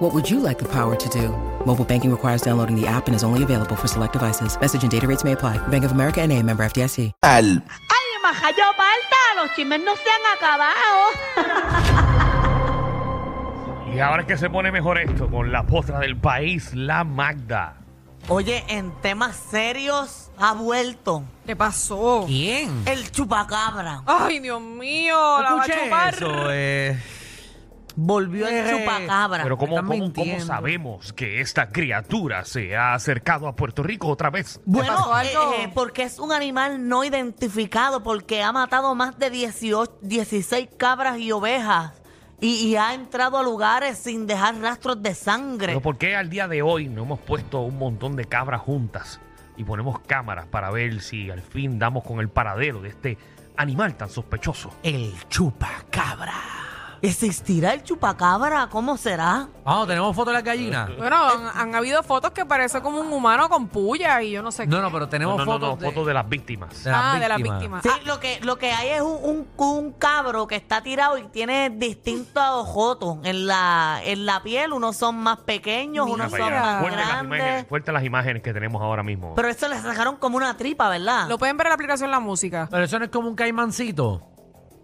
What would you like the power to do? Mobile banking requires downloading the app and is only available for select devices. Message and data rates may apply. Bank of America and a member FDIC. Al- ¡Ay, majayo palta! ¡Los chismes no se han acabado! Y ahora es que se pone mejor esto con la potra del país, la Magda. Oye, en temas serios ha vuelto ¿Qué pasó? ¿Quién? el chupacabra. Ay, Dios mío, la va a Escuché chupar. eso, eh. Volvió Volvió el eh, chupacabra. Pero ¿cómo, están cómo, cómo mintiendo. sabemos que esta criatura se ha acercado a Puerto Rico otra vez? Bueno, pasó algo? eh, eh, porque es un animal no identificado, porque ha matado más de 18, 16 cabras y ovejas y, y ha entrado a lugares sin dejar rastros de Pero sangre. ¿por qué al día de hoy no hemos puesto un montón de cabras juntas y ponemos cámaras para ver si al fin damos con el paradero de este animal tan sospechoso? El chupacabra. ¿Existirá el chupacabra? ¿Cómo será? Vamos, tenemos fotos de la gallina. Bueno, han, han habido fotos que parece como un humano con puya y yo no sé No, no, pero No, tenemos no, no, fotos, no, de, fotos de las víctimas. de las Ah, de las víctimas. víctimas. Sí, lo que, lo que hay es un, un, un cabro que está tirado y tiene distintos jotos en la, en la piel. Unos son más pequeños, Mira Mira unos para son allá. Fuerte más las imágenes, grandes. fuerte las imágenes que tenemos ahora mismo. Pero eso le sacaron como una tripa, ¿verdad? Ah, Lo pueden ver en la aplicación La Música. Pero eso no es como un caimancito.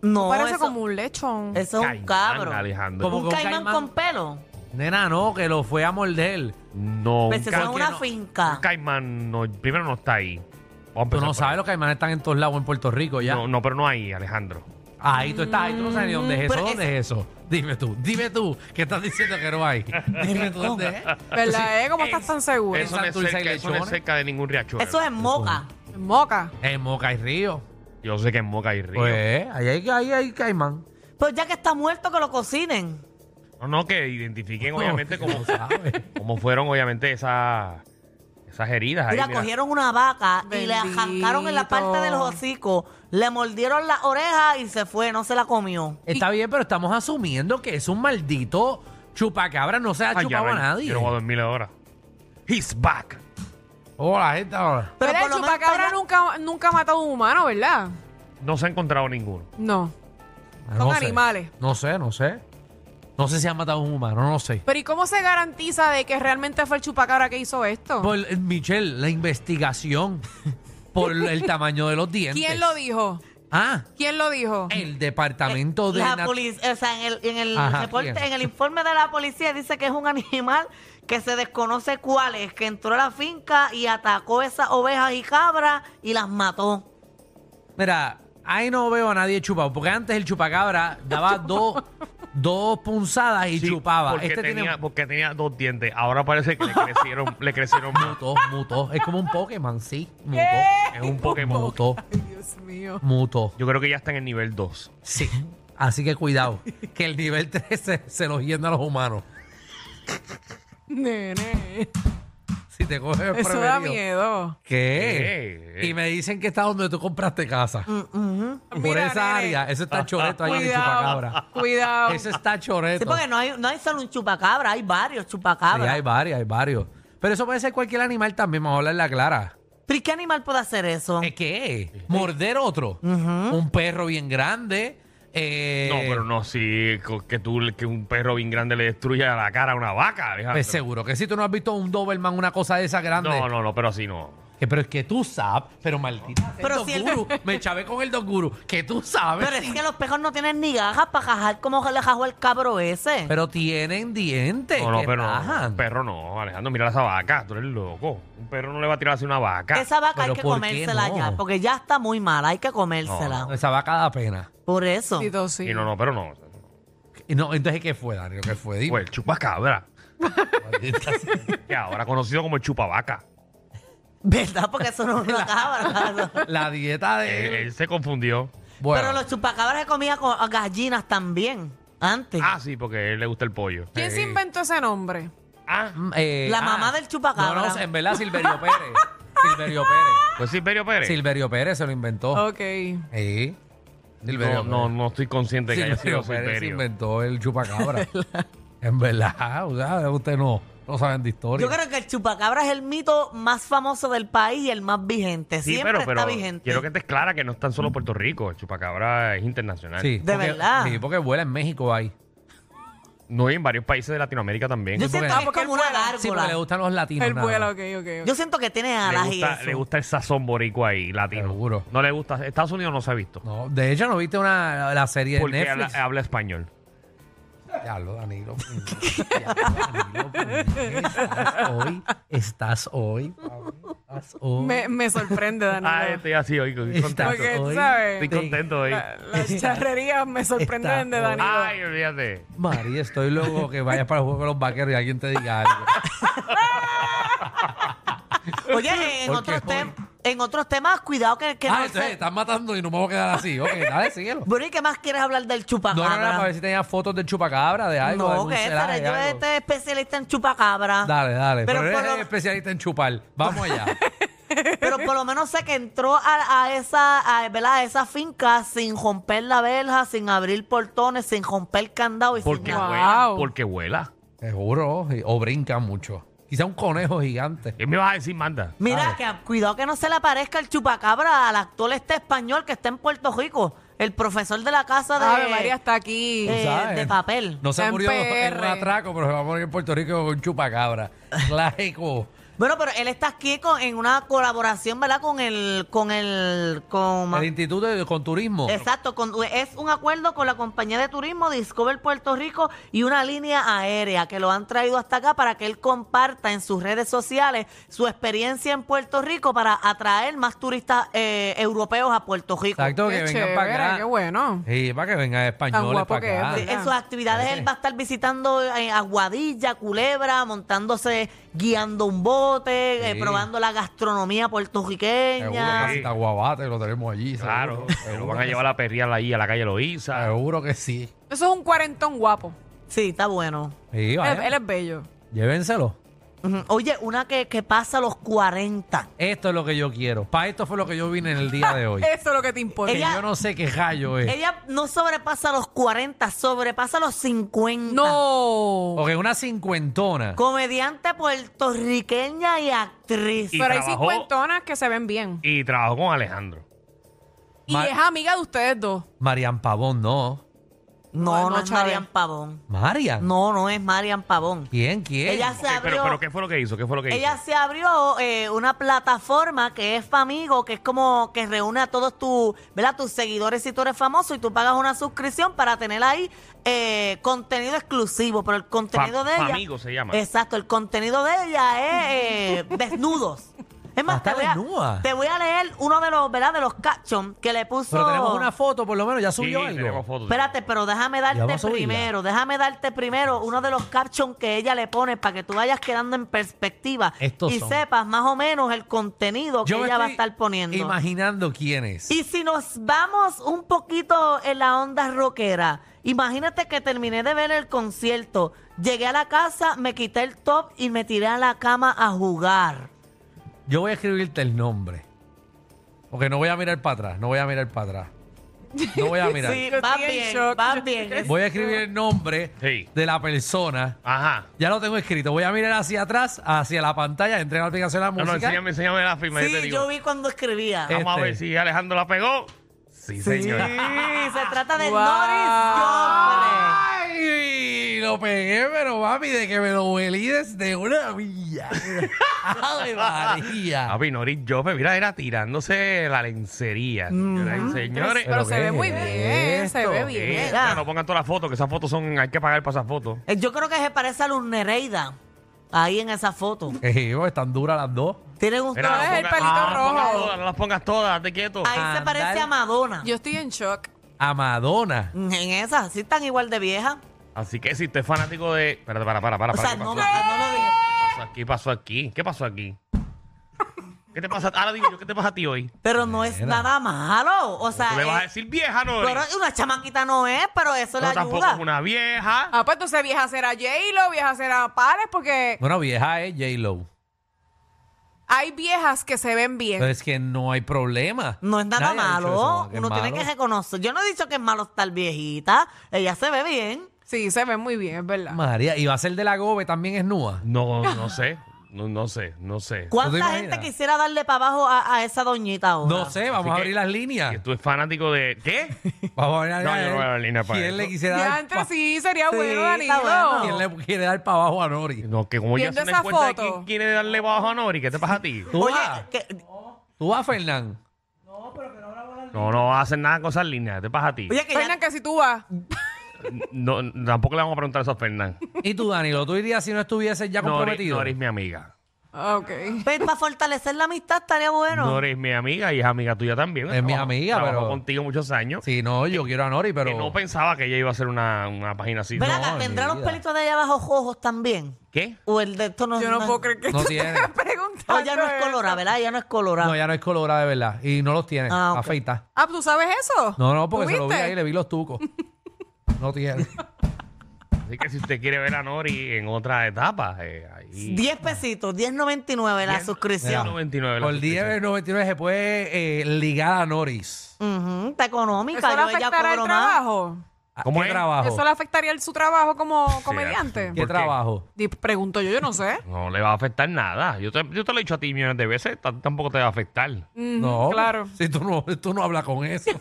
no, parece eso, como un lechón. eso es un Caimán, cabro. Alejandro. Un Como que un caimán caimán. con pelo. Nena, no, que lo fue a morder. No, Pues un eso es ca- una no- finca. un caimán no- primero no está ahí. Vamos a Tú empezar no por sabes, ahí. los caimanes están en todos lados en Puerto Rico ya. No, no, pero no ahí, Alejandro. Ahí tú estás, ahí tú no sabes ni dónde es eso, Pero dónde es eso. Dime tú, dime tú, que estás diciendo que no hay. Dime tú dónde es. ¿Verdad? eh? ¿Cómo estás tan seguro? Eso no, es Santurce hay cerca, eso no es lechones. cerca de ningún riachuelo. Eso es moca. En Moca. En Moca y Río. Yo sé que en Moca hay río. Pues, ahí hay, ahí hay caimán. Pues ya que está muerto, que lo cocinen. No, no, que identifiquen obviamente No, cómo, sabes. cómo fueron obviamente esas, esas heridas. ahí, Mira, mira. cogieron una vaca y le Bendito. arrancaron en la parte del hocico, le mordieron la oreja y se fue, no se la comió. Está bien, pero estamos asumiendo que es un maldito chupacabra, Ah, no se ha Ay, ya chupado a ven, nadie. Yo no voy a dormir ahora. He's back. Hola, gente. hola. Pero, por el lo menos chupacabra para- nunca, nunca ha matado a un humano, ¿verdad? No se ha encontrado ninguno. No. Son sé. animales. Ah, No sé, no sé. No sé si han matado a un humano, no sé. Pero ¿y cómo se garantiza de que realmente fue el chupacabra que hizo esto? Por, eh, Michelle, la investigación por el tamaño de los dientes. ¿Quién lo dijo? Ah, ¿Quién lo dijo? el Eh, departamento de... La nat- polic- o sea, en el, en el Ajá, reporte, bien. en el informe de la policía dice que es un animal que se desconoce cuál es, que entró a la finca y atacó esas ovejas y cabras y las mató. Mira, ahí no veo a nadie chupado, porque antes el chupacabra daba dos, dos punzadas y Sí, chupaba. Porque, este tenía, tiene porque tenía dos dientes. Ahora parece que le crecieron, le crecieron más. mutó, mutó. Es como un Pokémon, sí. Mutó. Es un Pokémon. Mutó, Ay, Dios mío. mutó. Yo creo que ya está en el nivel 2. Sí. Así que cuidado, que el nivel 13 se los yendo a los humanos. Nene. Si te coges el Eso da miedo. ¿Qué? ¿Qué? Y me dicen que está donde tú compraste casa. Mm. Por Mira, esa nene. área, eso Ah, está choreto ahí en el Cuidado. chupacabra. Cuidado. Eso está Sí, choreto. porque no hay, no hay solo un chupacabra, hay varios Sí, chupacabras. hay varios, hay varios. Pero eso puede ser cualquier animal también, vamos a hablar la clara. ¿Pero y qué animal puede hacer eso? ¿Eh, ¿Qué? ¿Morder otro? Un perro bien grande. eh, No, pero no, si co- que tú que un perro bien grande le destruya la cara a una vaca, Alejandro. Pues seguro que si tú no has visto un Doberman, una cosa de esa grande. no, no, no, pero así no. Que, pero es que tú sabes, pero maldita. sea, Pero el si el- Doguru, me chavé con el Doguru, que tú sabes. Pero es que los pejos no tienen ni gajas para jajar como le jajó el cabro ese. Pero tienen dientes. No, no, que pero no, bajan. un perro no, Alejandro, mira esa vaca, tú eres loco. Un perro no le va a tirar hacia una vaca. Esa vaca hay pero que ¿por qué comérsela no? ya, porque ya está muy mala, hay que comérsela. Esa vaca da pena. Por eso. Y todo, sí. Y no, no, pero no. Y No, entonces, ¿qué fue, Daniel? ¿Qué fue? Dime. Fue el chupacabra, Maldita sea. que ahora conocido como el chupavaca. ¿Verdad? Porque eso no es una cabra. La dieta Él, de. Eh, él se confundió. Bueno, Pero los chupacabras se comían con gallinas también, antes. Ah, sí, porque a él le gusta el pollo. ¿Quién se inventó ese nombre? Ah, mm, eh, La mamá del chupacabra. No, no, en verdad, Silverio Pérez. Silverio Pérez. ¿Fue Pues Silverio Pérez? Silverio Pérez se lo inventó. Ok. Sí. no, no, no estoy consciente de que haya sido Silverio Pérez se Silverio. inventó el chupacabra. en verdad, o sea, ustedes no, no saben de historia. Yo creo que el chupacabra es el mito más famoso del país y el más vigente. Sí, Siempre pero, pero está vigente. quiero que estés clara que no es tan solo Puerto Rico. El chupacabra es internacional. Sí, De porque- verdad. Sí, porque vuela en México ahí. No, y en varios países de Latinoamérica también. Yo Le Sí, porque- siento que es como una Sí, porque le gárgola. gustan los latinos. El nada vuelo, más. ok, ok. ok. Yo siento que tiene alas y gusta, eso. le gusta el sazón boricua ahí, latino. Seguro. No le gusta. Estados Unidos no se ha visto. No, de hecho, ¿no viste una, la serie de porque habla, Netflix? habla español. Ya lo, Danilo. pues, Ya lo, Danilo, estás hoy, estás hoy, papi, estás hoy. Me, me sorprende, Danilo. Ah, estoy así hoy. estoy Estás contento. Porque, hoy, ¿sabes? Estoy contento hoy. La- las charrerías me sorprenden de Está- Danilo. Ay, olvídate. María, estoy loco que vayas para el juego de los vaqueros y alguien te diga algo. Oye, en Porque otros, tem- hoy- en otros temas, cuidado que, que ah, no entonces se- estás matando y no me voy a quedar así. Ok, dale, síguelo. Bueno, ¿y qué más quieres hablar del No, no, no, chupacabra? para ver si tenías fotos del chupacabra, de algo. de No, algún que celaje, pero de yo algo. este especialista en chupacabra. Dale, dale. Pero, Pero por eres lo- especialista en chupar. Vamos allá. Pero por lo menos sé que entró a, a esa, a, ¿verdad? a esa finca sin romper la verja, sin abrir portones, sin romper candado y sin Porque nada. vuela. Wow. Porque vuela. Seguro. y- O brinca mucho. Quizá un conejo gigante. ¿Qué me vas a decir, manda? Mira, que, cuidado que no se le aparezca el chupacabra al actor este español que está en Puerto Rico, el profesor de la casa de, Ave María está aquí. Tú eh, sabes. de papel. No se En murió en un PR. atraco, pero se va a morir en Puerto Rico con chupacabra. Clásico. Bueno, pero él está aquí con- en una colaboración, ¿verdad? Con el, con el, con El Instituto de, con Turismo. Exacto, con- es un acuerdo con la compañía de turismo Discover Puerto Rico y una línea aérea que lo han traído hasta acá para que él comparta en sus redes sociales su experiencia en Puerto Rico para atraer más turistas eh, europeos a Puerto Rico. Exacto, que Qué vengan chévere, para acá. qué bueno. Sí, para que vengan Tan españoles guapo para que acá. es, Sí, ¿verdad? En sus actividades él va a estar visitando eh, Aguadilla, Culebra, montándose, guiando un bote, eh, Sí. probando la gastronomía Seguro puertorriqueña. que hasta Guabate lo tenemos allí. Claro. seguro, Lo seguro van a que llevar a perrear ahí a la calle sí, Loíza. Seguro que sí. Eso es un cuarentón guapo. Sí, está bueno. Sí, Eh, Él, vaya. él es bello. Llévenselo. Ujú. Oye, una que, que pasa a los 40. Esto es lo que yo quiero. Para esto fue lo que yo vine en el día de hoy. Eso es lo que te importa. Que Ella- yo no sé qué rayo es. Ella no sobrepasa los 40, sobrepasa los 50. No. Ok, una cincuentona. Comediante puertorriqueña y actriz. Y Pero hay trabajó- cincuentonas que se ven bien. Y trabajó con Alejandro. Y Ma- es amiga de ustedes dos. Marian Pavón, no. No, Ay, no, no, es Chávez. Marian Pavón. Marian. No, no es Marian Pavón. ¿Quién? ¿Quién? Ella se Ok, abrió. pero, pero ¿qué fue lo que hizo? ¿Qué fue lo que ella se abrió eh, una plataforma que es Famigo, que es como que reúne a todos tus, ¿verdad? Tus seguidores si tú eres famoso y tú pagas una suscripción para tener ahí eh, contenido exclusivo. Pero el contenido de ella. Famigo se llama. Exacto, el contenido de ella es eh, desnudos. Es más, Hasta te voy, a, Ah, desnuda. te voy a leer uno de los, ¿verdad? De los captions que le puso. Pero tenemos una foto, por lo menos. Ya hizo? Sí, subió algo. tenemos fotos. Espérate, pero déjame Ya va a darte subirla. primero, déjame darte primero uno de los captions que ella le pone para que tú vayas quedando en perspectiva Estos y son. sepas más o menos el contenido que Yo me ella va a estoy estar poniendo. Imaginando quién es. Y si nos vamos un poquito en la onda rockera, imagínate que terminé de ver el concierto, llegué a la casa, me quité el top y me tiré a la cama a jugar. Yo voy a escribirte el nombre. Porque no voy a mirar para atrás. No voy a mirar para atrás. No voy a mirar. Sí, Yo va estoy en bien, shock. va Yo- bien. Voy a escribir el nombre Sí. de la persona. Ajá. Ya lo tengo escrito. Voy a mirar hacia atrás, hacia la pantalla. Entré en la aplicación de la No, no, música. enséñame, enséñame la firma. yo te Sí, digo. yo vi cuando escribía. Eh, Vamos a este. ver si Alejandro la pegó. Sí, señor. Sí, se trata de Wow. Doris Ay, lo pegué, pero papi, de que me lo huelí desde una villa. Ave María. Papi, Noris Joffre, mira, era tirándose la lencería. señoras y Señores, Pero se ¿qué ve muy es bien, se ve esto? Eh, bien. mira. ya no pongan todas las fotos, que esas fotos son, hay que pagar para esas fotos. Joffre. Eh, Yo creo que se parece a Luz Nereida, ahí en esa foto. Eh, hijo, están duras las dos. Tienen un Mira, No, es no el pongas- pelito no las pongas rojo. todas, no las pongas todas, date quieto. Ahí se parece Andar. a Madonna. Yo estoy en shock. A Madonna. En esas, sí están igual de viejas. Ah, Así que si usted es fanático de. Espérate, para, para, para. O para sea, ¿qué no, pasó? no lo dije. pasó aquí? pasó aquí? ¿Qué pasó aquí? ¿Qué te pasa? Ahora dime yo, ¿qué te pasa a ti hoy? Pero no es Mira. nada malo. O sea, Tú le eh, vas a es- decir vieja, no pero una chamaquita no es, pero eso le Pero tampoco ayuda. es una vieja. Ah, pues entonces vieja será J-Lo, vieja será Pares, porque Eh. Bueno, vieja es J-Lo. Hay viejas que se ven bien. Pero es que no hay problema. No es nada Nadie ha dicho malo. eso, que es Uno tiene malo. que reconocer. Yo no he dicho que es malo estar viejita. Ella se ve bien. Sí, se ven muy bien, es verdad. María, y va a ser de la gobe también es nua. No, no sé. No, no sé, no sé. ¿Tú ¿Cuánta te gente imaginas? quisiera darle para abajo a, a esa doñita ahora? No sé, vamos Así a que- abrir las líneas. Que tú eres fanático de. ¿Qué? Vamos a abrir las No, yo no voy a abrir línea para ¿Quién eso. le quisiera Ya dar pa- antes sí, sería Sí, bueno, está Danilo. bueno. ¿Quién le quiere dar para abajo a Nori? No, que como ya Viendo se dan esa cuenta de foto. quién quiere darle bajo a Nori, ¿qué te pasa a ti? Tú Oye, vas, que- tú vas, Fernán. No, no vas a hacer nada con esas líneas, ¿qué te pasa a ti? oye, que ya- Fernan, que si tú vas. No, tampoco le vamos a preguntar eso a Fernán. Y tú, Danilo, tú irías si no estuvieses ya Nori, comprometido. Nori es mi amiga. Ah, Ok. pues, para fortalecer la amistad estaría bueno. Nori es mi amiga y es amiga tuya también. Es mi Trabajó- amiga, trabajó pero- contigo muchos años. Sí, no, yo quiero a Nori, pero. Que no pues. pensaba que ella iba a hacer una, una página así. Ven No. acá, mi ¿tendrá los vida. pelitos de allá abajo rojos también? ¿Qué? O el de esto no Yo no puedo creer que No tú tiene. estés preguntando. Oh, ya no es eso. colorada, ¿verdad? Ya no es colorada. No, ya no es colorada de verdad. Y no los tiene. Ah, ok. Afeita. Ah, ¿tú sabes eso? No, no, porque ¿Tú se lo vi viste? ahí le vi los tucos. No tiene. Así que si usted quiere ver a Nori en otra etapa, eh, ahí. 10 pesitos, 10.99 la Diez- suscripción. 99 la Por suscripción. 10.99 se puede eh, ligar a Noris. Ujú, está ¿Eso económica. Yo le ella afectará el cobro más. trabajo? ¿A ¿Cómo ¿Qué es? trabajo? ¿Eso le afectaría el- su trabajo como comediante? ¿Por ¿Qué qué? trabajo? Di- Pregunto yo, yo no sé. No le va a afectar nada. Yo te, yo te lo he dicho a ti millones de veces, t- tampoco te va a afectar. Ujú, No, Claro. Si tú no, tú no hablas con eso.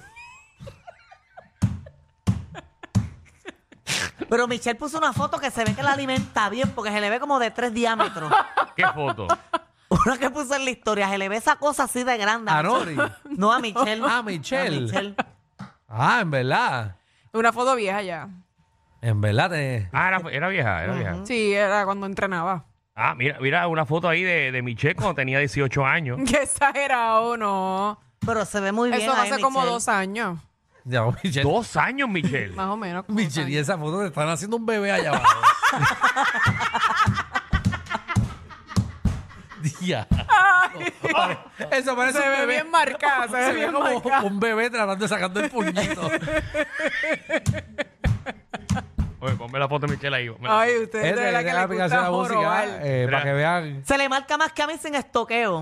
Pero Michelle puso una foto que se ve que la alimenta bien porque se le ve como de tres diámetros. ¿Qué foto? Una que puso en la historia, se le ve esa cosa así de grande. A Michelle. Nori. No, a Michelle. A Michelle. A Michelle. Ah, en verdad. Una foto vieja ya. En verdad. te- Ah, era, era vieja, era vieja. Sí, era cuando entrenaba. Ah, mira, mira una foto ahí de, de Michelle cuando tenía 18 años. Qué exagerado, no. Pero se ve muy bien. Eso ahí, hace como Michelle. dos años, Ya, Michelle. Dos años, Michelle. más o menos. como dos Michelle, y años. esa foto te están haciendo un bebé allá abajo. Ya. Eso parece Se un ve bebé. bien marcada, se ve Se ve bien como marcada. un bebé tratando de sacando el puñito. Oye, ponme la foto de Michelle ahí. ponme la- Ay, ustedes Esta de verdad que es la les aplicación de gusta la música jorobar. eh, Mira. para que vean. Se le marca más que a mí sin estoqueo.